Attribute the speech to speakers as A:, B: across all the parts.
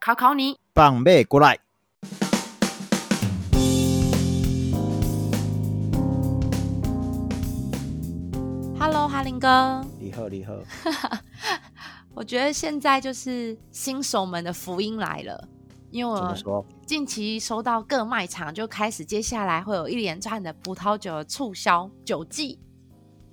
A: 考考你。
B: 棒妹过来，
A: Hello，哈林哥，
B: 你好，你好，
A: 我觉得现在就是新手们的福音来了，因为
B: 怎
A: 我
B: 么说？
A: 近期收到各卖场就开始，接下来会有一连串的葡萄酒的促销酒季，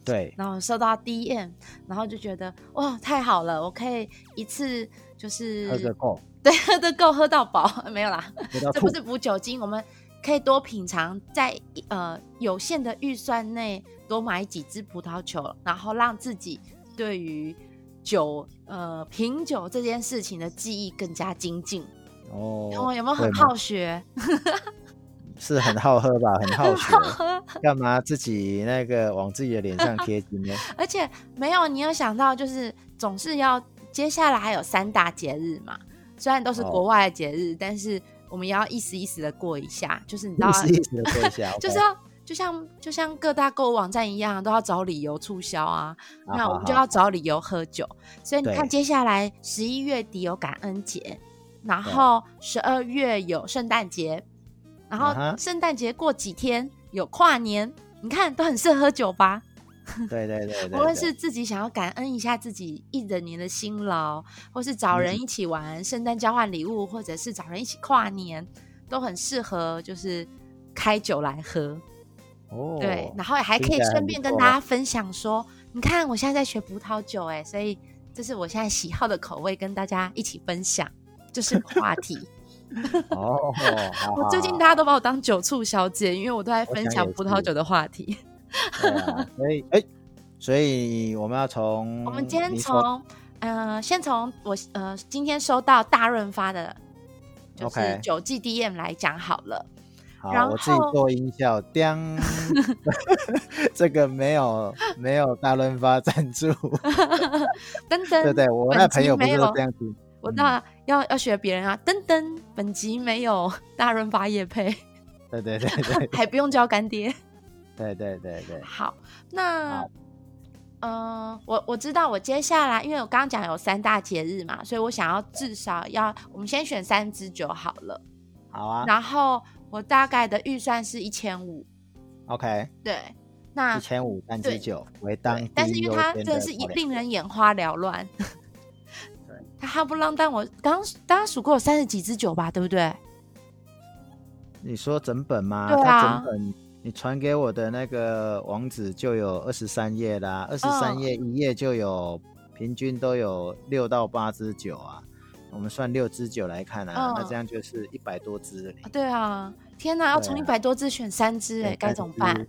B: 对，
A: 然后收到 DM，然后就觉得哇太好了，我可以一次就是
B: 喝个够，
A: 对 喝得够喝到饱， 没有啦，
B: 喝到
A: 这
B: 吐
A: 不。是补酒精，我们可以多品尝，在呃有限的预算内多买几支葡萄酒，然后让自己对于酒呃品酒这件事情的记忆更加精进。
B: 哦
A: 哦，有没有
B: 会
A: 很
B: 吗
A: 好学？
B: 是很好喝 吧？很好学
A: 好，喝
B: 干嘛自己那个往自己的脸上贴金 呢？
A: 而且没有，你有想到就是总是要接下来还有三大节日嘛，虽然都是
B: 哦
A: 国外的节日，但是我们也要一时一时的过一下，就是你知道啊
B: 意，思意思的说一下，
A: 就是要就像就像各大购物网站一样，都要找理由促销啊。
B: 好
A: 那
B: 好
A: 我们就
B: 好
A: 要找理由喝酒，所以你看
B: 对
A: 接下来十一月底有感恩节，然后十二月有圣诞节，然
B: 啊哈
A: 后圣诞节过几天有跨年，你看都很适合喝酒吧？
B: 对对对对对，
A: 无论是自己想要感恩一下自己一整年的辛劳，或是找
B: 嗯
A: 人一起玩圣诞交换礼物，或者是找人一起跨年，都很适合就是开酒来喝。
B: 哦，
A: 对，然后还
B: 听
A: 可以
B: 起来很
A: 顺
B: 不
A: 便跟
B: 错
A: 大家分享说，你看我现在在学葡萄酒、欸，哎，所以这是我现在喜好的口味，跟大家一起分享，这是个话 题。
B: 哦，好
A: 我最近
B: 好
A: 大家都把我当酒促小姐，因为我都在
B: 我
A: 分
B: 想
A: 享
B: 也
A: 葡萄
B: 是
A: 酒的话题。
B: 对啊，所以哎、所以我们要从
A: 我们今天
B: 嗯你所
A: 从呃，先从我呃今天收到大润发的，就是
B: OK
A: 九 G DM 来讲好了。
B: 好，
A: 然
B: 我自己
A: 后
B: 做音效， 当这个没有没有大润发赞助，
A: 噔噔，
B: 对对，我
A: 嗯本
B: 那朋
A: 集
B: 友不
A: 没
B: 是都
A: 有
B: 这样子，
A: 我
B: 嗯
A: 那要要学别人啊。噔噔，本集没有 大润发 夜配，
B: 对对对对
A: 还不用交干爹。
B: 对对对对，
A: 好，那
B: 好
A: 呃，我我知道，我接下来，因为我刚刚讲有三大节日嘛，所以我想要至少要，我们先选三支酒好了。
B: 好啊
A: 然后我大概的预算是一千五，
B: ，OK，
A: 对，那
B: 一千五三支
A: 对
B: 酒为当
A: 对，但是
B: 地
A: 因为
B: 优
A: 它
B: 先
A: 真的
B: 的
A: 是
B: 考量
A: 令人眼花缭乱， 它哈不浪荡，我刚刚数过有三十几支酒吧，对不对？
B: 你说整本吗？
A: 对
B: 它
A: 啊
B: 整本你传给我的那个网址就有二十三页啦，二十三
A: 嗯
B: 页一页就有平均都有六到八支酒啊。我们算六支酒来看啊，那
A: 嗯
B: 这样就是一百多支了呢
A: 啊，对啊，天哪，要
B: 对
A: 从一
B: 啊
A: 百多支选三支，哎，该怎么办？？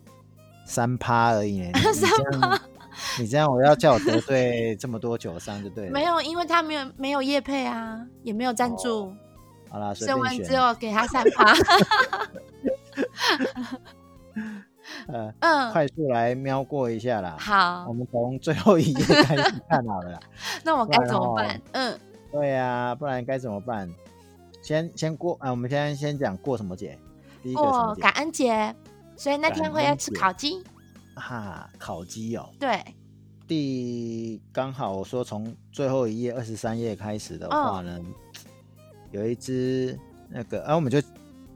B: 三趴而已呢，你
A: 三
B: 这样， 你这样我要叫我得罪这么多酒商就对了。
A: 没，有，因为他没有没有业配啊，也没有赞助，
B: 好啦，随
A: 所以我们
B: 便
A: 只
B: 选。
A: 有给他三 趴。
B: 呃，
A: 嗯，
B: 快速来瞄过一下啦。
A: 好
B: 我，们从最后一页开始看好了啦。
A: 那我
B: 不
A: 该
B: 然
A: 怎么
B: 哦
A: 办？嗯，
B: 对呀、不然该怎么办？先先过啊，我们先先讲过什么节？第一个什么
A: 过
B: 节
A: 哦感？恩节，所以那
B: 感
A: 天会要
B: 恩
A: 吃
B: 节
A: 烤鸡，
B: 哈、烤鸡哦。
A: 对，
B: 第刚好我说从最后一页二十三页开始的
A: 哦
B: 话呢，有一只那个啊，我们就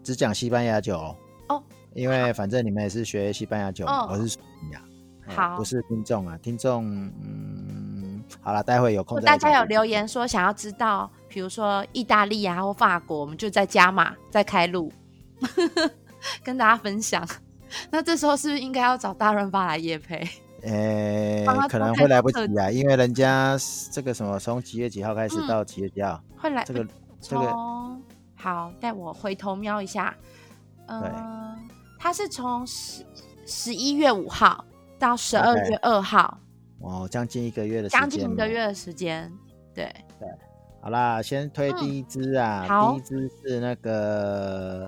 B: 只讲西班牙酒哦，
A: 哦
B: 因为反正你们也是学西班牙酒嘛，
A: 嗯
B: 我是西班牙，哎
A: 好
B: 不是听众啊，听众嗯，好了，待会有
A: 如
B: 空
A: 果
B: 再
A: 大家
B: 讲
A: 有留言说想要知道，比如说意大利啊或法国，我们就再加码再开路， 跟大家分享。那这时候是不是应该要找大润发来夜配？
B: 呃
A: 帮他，
B: 可
A: 多
B: 能
A: 看
B: 会来不及
A: 看
B: 啊，因为人家是这个什么，从几月几号开始
A: 嗯
B: 到几月几号，
A: 会来
B: 这个这个
A: 从好，带我回头瞄一下。嗯、它是从十十一月五号到十二
B: OK
A: 月二号
B: 哦，将近一个月的时间
A: 将
B: 嘛，
A: 近一个月的时间。对
B: 对，好啦，先推第一支啊，
A: 嗯好
B: 第一支是那个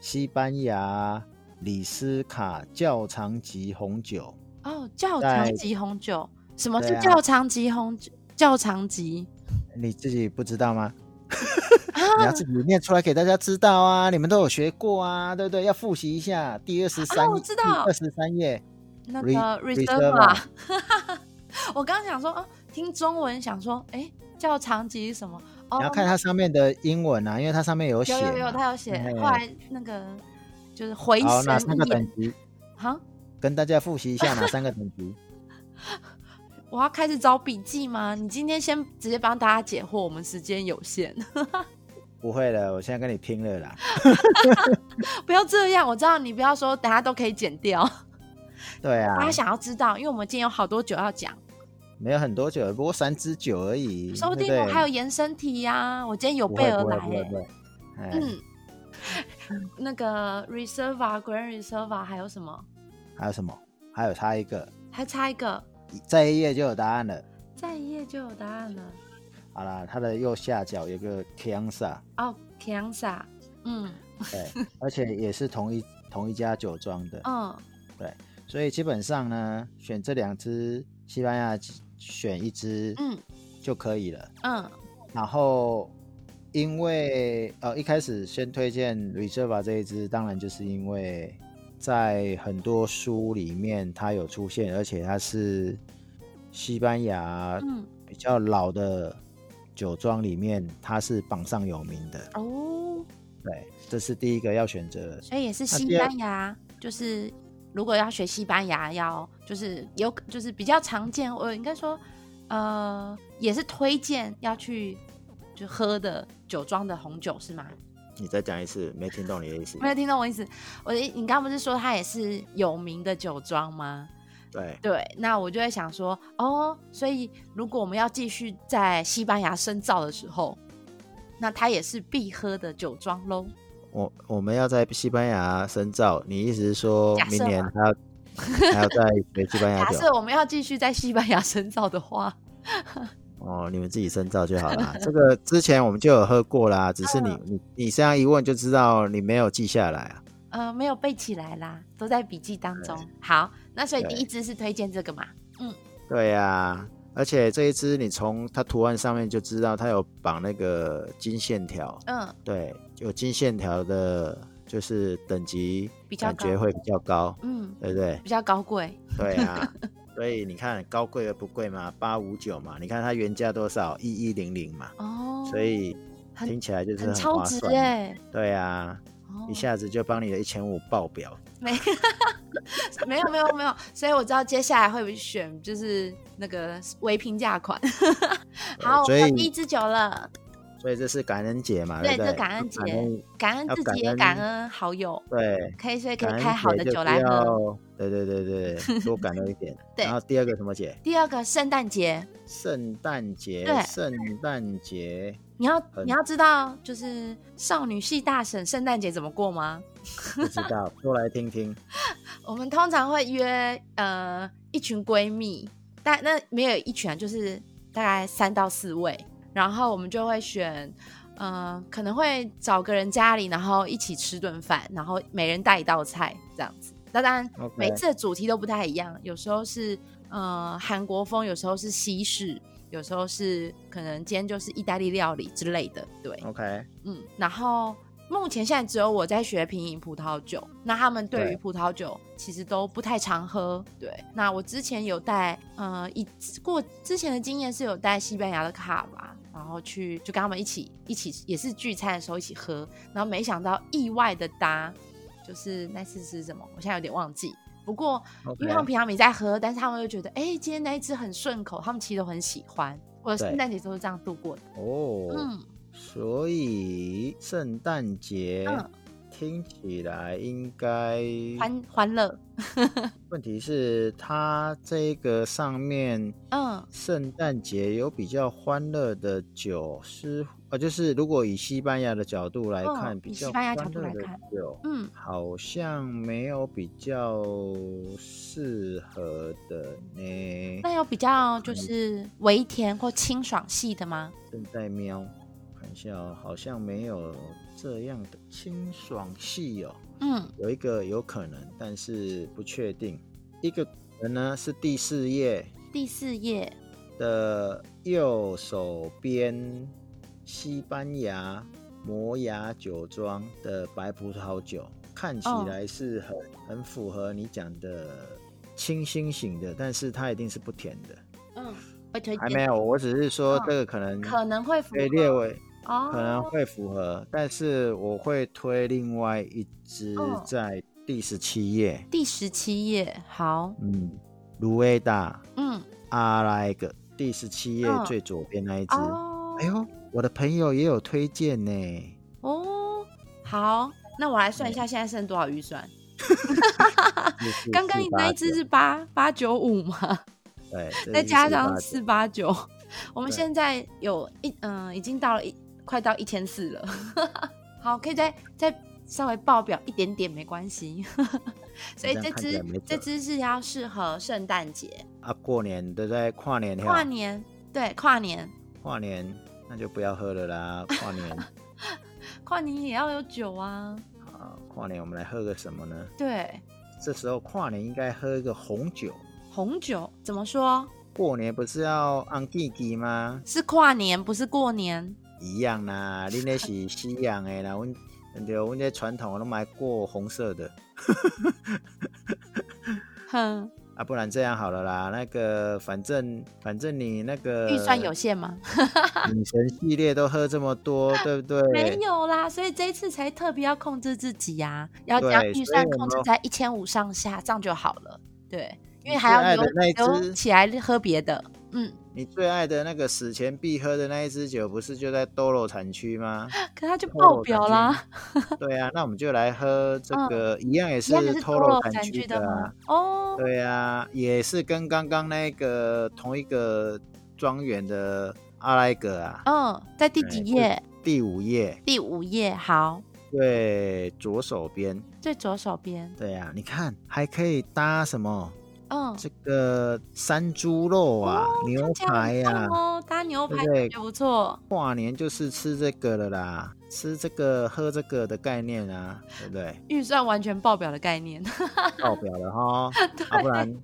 B: 西班牙里斯卡较长级红酒，
A: 哦，较
B: 在
A: 长级红酒，什么是
B: 对啊
A: 较长级红酒？较 长级
B: 你自己不知道吗？
A: 啊，
B: 你要自己念出来给大家知道啊，你们都有学过啊，对不对？要复习一下第二十三，
A: 啊我知道
B: 二十三页，
A: 那个
B: Re- 啊
A: reserva。我 刚刚想说，哦，听中文想说，哎，较长级是什么？哦
B: 你要，看它上面的英文啊，因为它上面有写
A: 有
B: 嘛。
A: 有有，他有写。
B: 嗯
A: 后来那个就是回
B: 好，哪
A: 神
B: 三
A: 一
B: 个
A: 点
B: 等级？
A: 哈，
B: 跟大家复习一下哪三个等 级？
A: 我要开始找笔记吗？你今天先直接帮大家解惑，我们时间有限，
B: 不会了，我现在跟你拼了啦。
A: 不要这样。我知道你不要说，等下都可以剪
B: 啊
A: 掉。
B: 对啊
A: 大，家想要知道，因为我们今天有好多酒要讲，
B: 没有很多酒，不过三支酒而已，
A: 说不定
B: 对
A: 我
B: 对
A: 还有延伸题呀、我今天有
B: 不
A: 备
B: 会
A: 而
B: 不会
A: 来、
B: 不会
A: 欸
B: 不。会。哎，
A: 嗯，那个 reserva grand reserva 还有什么？
B: 还有什么？还有差一个，
A: 还差一个，
B: 在一页就有答案了。
A: 再一页就有答案了。
B: 好啦，它的右下角有个 Kiansa，
A: 哦 k a n s a 嗯
B: 对，而且也是同一同一家酒庄的，
A: 嗯，
B: 所以基本上呢，选这两支西班牙选一支，
A: 嗯
B: 就可以了。
A: 嗯
B: 然后因为呃一开始先推荐 Reserva 这一支，当然就是因为在很多书里面它有出现，而且它是西班牙
A: 嗯，
B: 比较老的酒庄里面，它是榜上有名的。
A: 哦，
B: 对，这是第一个要选择的。
A: 所以也是
B: 那
A: 西
B: 第二
A: 班牙，就是如果要学西班牙，要就是有就是比较常见，我应该说，呃，也是推荐要去就喝的酒庄的红酒是吗？
B: 你再讲一次，没听懂你的意思
A: 没有听懂我意思，我的意你刚不是说它也是有名的酒庄吗？
B: 对，
A: 对，那我就会想说，哦，所以如果我们要继续在西班牙深造的时候，那它也是必喝的酒庄喽。
B: 我我们要在西班牙深造，你意思是说
A: 假设
B: 明
A: 嘛
B: 年他还要再学西班牙
A: 假
B: 酒？
A: 设我们要继续在西班牙深造的话，
B: 哦，你们自己深造就好 啦。这个之前我们就有喝过啦，只是
A: 嗯
B: 你你你这样一问就知道你没有记下来啊。
A: 呃，没有背起来啦，都在笔记当中。好，那所以第
B: 对
A: 一支是推荐这个嘛？
B: 对呀、而且这一支你从它图案上面就知道它有绑那个金线条，
A: 嗯，
B: 对，有金线条的，就是等级
A: 比较
B: 感觉
A: 高，
B: 会比较高，
A: 嗯，
B: 对不对？
A: 比较高贵，
B: 对啊， 所以你看高贵而不贵嘛，八五九嘛，你看它原价多少一一零零嘛，
A: 哦，
B: 所以
A: 很
B: 听起来就是
A: 很超
B: 划
A: 值
B: 算嘛。
A: 哎、
B: 对啊，
A: 哦
B: 一下子就帮你的一千五爆表。
A: 没，没有没有没有，所以我知道接下来会选就是那个微平价款。 好，
B: 呃
A: 我
B: 所
A: 们有
B: 以
A: 第一支酒了，
B: 所以这是感恩节嘛，
A: 对
B: 不
A: 这
B: 对？
A: 感恩节
B: 恩
A: 感恩
B: 要
A: 自
B: 感
A: 己也
B: 恩
A: 感恩好友，
B: 对，
A: 可以所以可
B: 感
A: 以
B: 恩
A: 开好
B: 节
A: 的
B: 就
A: 酒
B: 是
A: 来喝。。
B: 要。对对对对对，多感恩一点
A: 对
B: 然后第二个什么节？
A: 第二个圣诞节，
B: 圣诞节
A: 对，
B: 圣诞 节，
A: 你要
B: 很
A: 你要知道就是少女系大婶圣诞节怎么过吗？
B: 不知道，说来听听。
A: 我们通常会约呃一群闺蜜，但那没有一群啊，就是大概三到四位，然后我们就会选，呃，可能会找个人家里，然后一起吃顿饭，然后每人带一道菜这样子。那当然
B: OK
A: 每次的主题都不太一样，有时候是呃韩国风，有时候是西式，有时候是可能今天就是意大利料理之类的，对。
B: OK，
A: 嗯，然后目前现在只有我在学品饮葡萄酒，那他们对于
B: 对
A: 葡萄酒其实都不太常喝。对，那我之前有带呃一过之前的经验是有带西班牙的卡吧，然后去就跟他们一起一起也是聚餐的时候一起喝，然后没想到意外的搭，就是那次是什么，我现在有点忘记。不过，因为他们
B: OK
A: 平常没在喝，但是他们就觉得，哎、今天那一支很顺口，他们其实都很喜欢。我的
B: 对
A: 圣诞节都是这样度过的。
B: 哦，
A: 嗯，
B: 所以圣诞节
A: 嗯
B: 听起来应该
A: 欢欢乐，
B: 问题是它这个上面
A: 嗯。
B: 圣诞节有比较欢乐的酒，似乎呃，就是如果以西班牙的角度来
A: 嗯
B: 看，比
A: 以
B: 较
A: 西班牙角度
B: 欢乐
A: 来
B: 的
A: 看
B: 酒
A: 嗯，
B: 好像没有比较适合的呢。
A: 那有比较就
B: 嗯
A: 是微甜或清爽系的吗？
B: 正在瞄，看一下、哦，好像没有这样的清爽系哦。
A: 嗯，
B: 有一个有可能，但是不确定。一个可能呢是第四页
A: 第四页，
B: 的右手边，西班牙摩牙酒庄的白葡萄酒，看起
A: 哦
B: 来是很、很符合你讲的清新型的，但是它一定是不甜的。
A: 嗯，会推
B: 还
A: 荐，
B: 没有，我只是说
A: 嗯
B: 这个可能
A: 可能会符
B: 被列
A: 合
B: 为
A: 哦，
B: 可能会符合，但是我会推另外一支
A: 哦
B: 在第十七页，
A: 第十七页，好，
B: 嗯，卢维达
A: 嗯，
B: 阿拉一个第十七页
A: 嗯
B: 最左边那一支。
A: 哦，
B: 哎呦，我的朋友也有推荐呢，
A: 哦，好，那我来算一下现在剩多少预算。
B: 44
A: 啊刚刚你那一只是八八九五嘛，
B: 489对，哎这
A: 再
B: 是
A: 加上
B: 489
A: 四八九，我们
B: 对
A: 现在有一嗯、已经到了一快到一千四了。 好，可以再再稍微爆表一点点，没关系。 所以
B: 这样
A: 这
B: 看起来
A: 只
B: 没
A: 这
B: 辙
A: 只是要适合圣诞节、
B: 啊，过年对不对？跨年
A: 跨
B: 哈，
A: 年，对，跨年，
B: 跨年那就不要喝了啦，跨年
A: 跨年也要有酒啊。
B: 啊，跨年我们来喝个什么呢？
A: 对，
B: 这时候跨年应该喝一个红酒。
A: 红酒怎么说？
B: 过年不是要按弟弟吗？
A: 是跨年，不是过年。
B: 一样啦，恁那 是西洋的啦，阮对，阮这传统拢买过红色的
A: 哼，
B: 啊，不然这样好了啦，那个反正反正你那个
A: 预算有限吗？
B: 女神系列都喝这么多，对不对？
A: 没有啦，所以这一次才特别要控制自己呀、要
B: 对
A: 将预
B: 所以
A: 算
B: 我们
A: 控制在一千五上下，这样就好了。对，因
B: 你
A: 为还
B: 最
A: 要
B: 爱的
A: 留
B: 那一
A: 留
B: 只
A: 起来喝别的。嗯，
B: 你最爱的那个史前必喝的那一支酒，不是就在 Dolo 产区吗？
A: 可它就
B: 透
A: 爆
B: 露
A: 表
B: 产
A: 啦，
B: 区。对啊，那我们就来喝这
A: 嗯
B: 个，一样也
A: 一
B: 是
A: 样的是
B: Toro
A: 展
B: 产
A: 区
B: 区
A: 的
B: 啊
A: 吗。？哦，
B: 对啊，也是跟刚刚那个同一个庄园的阿莱格啊，
A: 嗯，在第几
B: 哎
A: 页？
B: 第五页
A: 第五页，好，
B: 对左手边。
A: 最左手边。
B: 对啊，你看还可以搭什么？
A: 嗯，
B: 这个山猪肉啊，
A: 哦
B: 牛
A: 看起来很
B: 排呀、
A: 棒哦，搭牛
B: 对
A: 排
B: 不
A: 感
B: 对
A: 觉不错。
B: 跨年就是吃这个了啦，吃这个喝这个的概念啊，对不 对？
A: 预算完全爆表的概念。
B: 爆表了哈，啊，不然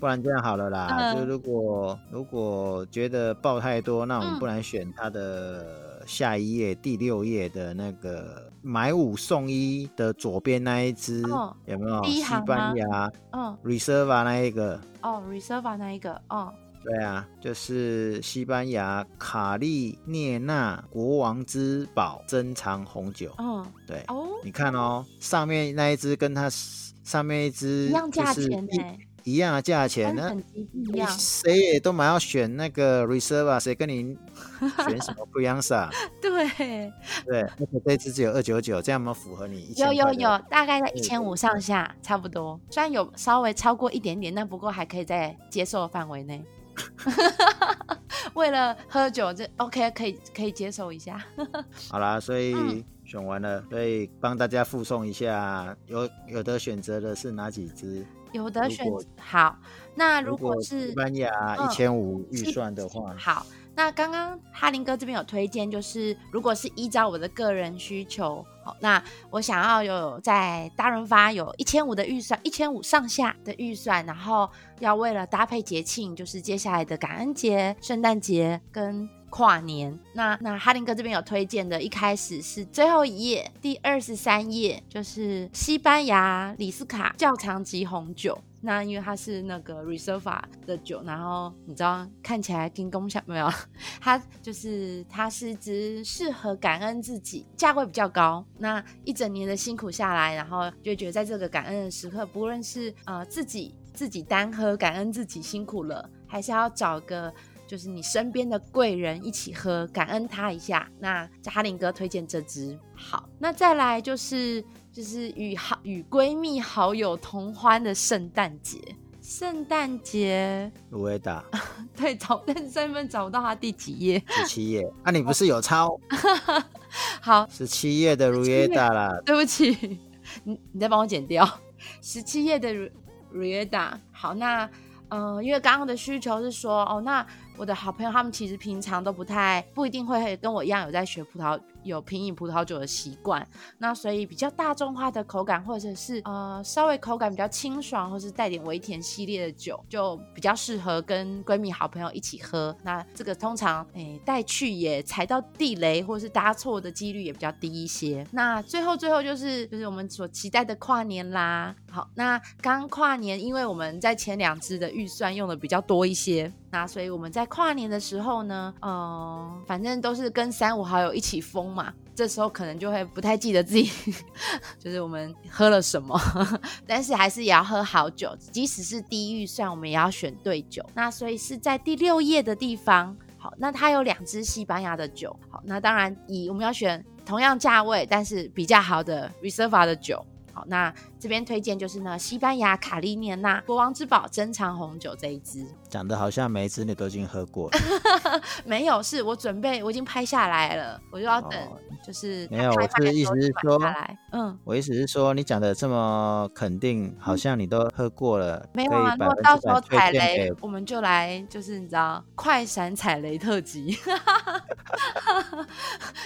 B: 不然这样好了啦，
A: 嗯
B: 就如果如果觉得爆太多，那我
A: 嗯
B: 们不然选它的下一页、第六页的那个买五送一的左边那一只，
A: 哦
B: 有没有？
A: 第一
B: 西
A: 行吗
B: 班牙
A: 嗯，
B: Reserva 那一个，
A: 哦，reserva 那一个，哦，
B: 对啊，就是西班牙卡利涅纳国王之宝珍藏红酒，
A: 嗯，
B: 对。
A: 哦，
B: 你看哦，上面那一只跟它上面一只
A: 一样价
B: 就是
A: 钱欸
B: 一
A: 呢，
B: 一样的价钱，
A: 跟
B: 那
A: 等级不一
B: 你
A: 样。
B: 谁也都买要选那个 Reserva，谁跟 你选什么 Priyansa？
A: 对，
B: 对，而且这只只有二九九，这样有没有符合你一
A: 有
B: 千
A: 有
B: 块的
A: 有，大概在
B: 对
A: 一千五
B: 对
A: 上下，差不多。虽然有稍微超过一点点，但不过还可以在接受的范围 内。为了喝酒，这 OK 可以可以接受一下。
B: 好啦，所
A: 嗯
B: 以选完了，所以帮大家附送一下，有有的选择的是哪几只？
A: 有的
B: 如
A: 选
B: 果
A: 好，那如
B: 果
A: 果是
B: 西班牙
A: 嗯
B: 一千五
A: 是
B: 预算的话，
A: 好，那刚刚哈林哥这边有推荐，就是如果是依照我的个人需求，好，那我想要有在大润发有一千五的预算，一千五上下的预算，然后要为了搭配节庆，就是接下来的感恩节、圣诞节跟。跨年，那那哈林哥这边有推荐的，一开始是最后一页第二十三页，就是西班牙里斯卡较长级红酒。那因为它是那个 Reserva 的酒，然后你知道看起来跟公像没有，啊它就是它是一只适合感恩自己，价位比较高。那一整年的辛苦下来，然后就觉得在这个感恩的时刻，不论是呃自己自己单喝感恩自己辛苦了，还是要找个就是你身边的贵人一起喝，感恩他一下。那哈林哥推荐这支好，那再来就是就是与好与闺蜜好友同欢的圣诞节。圣诞节，
B: 卢维达
A: 对，找但身份找不到它第几页。
B: 十七 页，啊，你不是有抄
A: 好，
B: 十七页的卢维达啦？
A: 对不起，你你再帮我剪掉十七页的 Re- Rieda。好，那呃，因为刚刚的需求是说，哦，那我的好朋友他们其实平常都不太不一定会跟我一样有在学葡萄有品饮葡萄酒的习惯，那所以比较大众化的口感或者是呃稍微口感比较清爽或是带点微甜系列的酒，就比较适合跟闺蜜好朋友一起喝。那这个通常诶带去也踩到地雷或是搭错的几率也比较低一些。那最后最后就是就是我们所期待的跨年啦。好，那刚跨年，因为我们在前两支的预算用的比较多一些，那所以我们在跨年的时候呢，嗯、反正都是跟三五好友一起疯嘛。这时候可能就会不太记得自己 就是我们喝了什么， 但是还是也要喝好酒，即使是低预算，我们也要选对酒。那所以是在第六页的地方，好，那它有两支西班牙的酒，好，那当然以我们要选同样价位但是比较好的 Reserva 的酒。好，那这边推荐就是呢，西班牙卡利涅纳国王之宝珍藏红酒这一支，
B: 讲的好像每一支你都已经喝过了，
A: 没有，是我准备我已经拍下来了，我就要等，
B: 哦
A: 就是
B: 没有
A: 它
B: 我
A: 开卖的
B: 是意
A: 时候
B: 思
A: 去
B: 是
A: 买
B: 说
A: 下来，嗯，
B: 我意思是说，你讲的这么肯定，好像你都喝过了，
A: 没有
B: 可以
A: 啊，如
B: 百
A: 果
B: 分
A: 到
B: 之
A: 时候
B: 百
A: 踩
B: 推
A: 雷
B: 荐，
A: 我们就来，就是你知道，快闪踩雷特辑。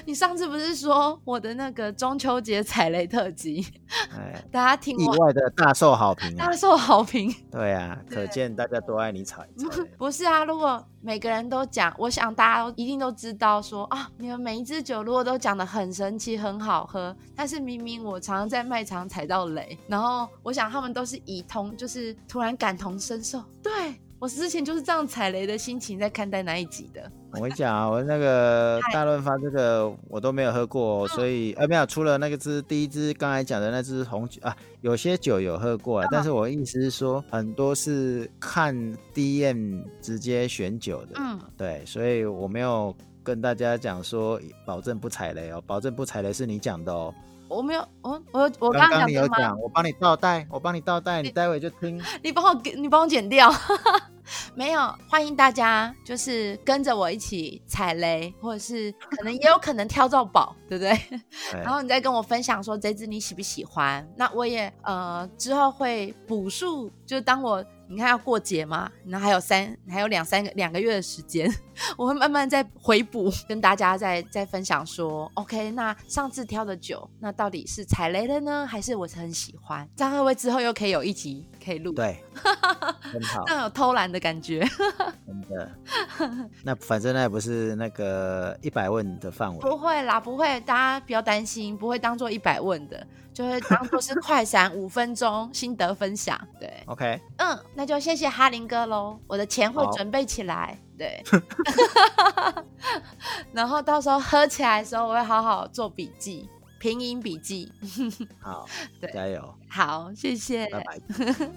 A: 你上次不是说我的那个中秋节踩雷特辑，
B: 给 哎
A: 大家听
B: 意
A: 完
B: 外的大受好评啊
A: 大！受好评？
B: 对啊，可见大家都爱你 踩一踩
A: 不是啊，如果每个人都讲，我想大家都一定都知道说啊，你们每一支酒如果都讲的很神奇、很好喝，但是明明我常常在卖场踩到雷，然后我想他们都是以同，就是突然感同身受，对。我之前就是这样踩雷的心情在看待那一集的，
B: 我跟你讲啊，我那 个大润发这个我都没有喝过、哦，所
A: 嗯
B: 以呃、没有，除了那个支第一支刚才讲的那支红酒啊，有些酒有喝过啊，但是我的意思是说，很多是看 DM 直接选酒的，
A: 嗯，
B: 对，所以我没有跟大家讲说保证不踩雷哦，保证不踩雷是你讲的哦。
A: 我没有，我我有我刚
B: 刚
A: 刚
B: 你有
A: 讲的吗？
B: 讲，我帮你倒带，我帮你倒带，你待会就 听。
A: 你帮我给，你帮我剪掉。 没有，欢迎大家就是跟着我一起踩雷，或者是可能也有可能挑到宝，对不对？
B: 对
A: 然后你再跟我分享说这支你喜不喜欢，那我也呃之后会补数，就是当我你看要过节嘛，然后还有三还有两三个两个月的时间，我会慢慢再回补，跟大家再再分享说，OK，那上次挑的酒，那到底是踩雷了呢，还是我是很喜欢？这样会不会之后又可以有一集可以录？，
B: 对，很好，
A: 这样有偷懒的感 觉。
B: 真 的。那反正那也不是那个一百问的范围
A: 不。会啦，不会，大家不要担心，不会当做一百问的，就会当做是快闪五分钟心得分享。对，
B: OK，
A: 嗯，那就谢谢哈林哥喽，我的钱会
B: 好
A: 准备起来。 对， 然后到时候喝起来的时候，我会好好做笔记，拼音笔记。
B: 好
A: 对，
B: 加油，
A: 好，谢谢。
B: 拜拜。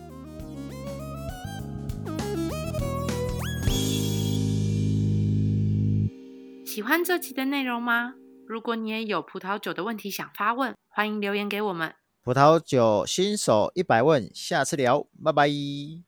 C: 喜欢这期的内容吗？如果你也有葡萄酒的问题想发问，欢迎留言给我们。
B: 葡萄酒新手一百问，下次聊，拜拜。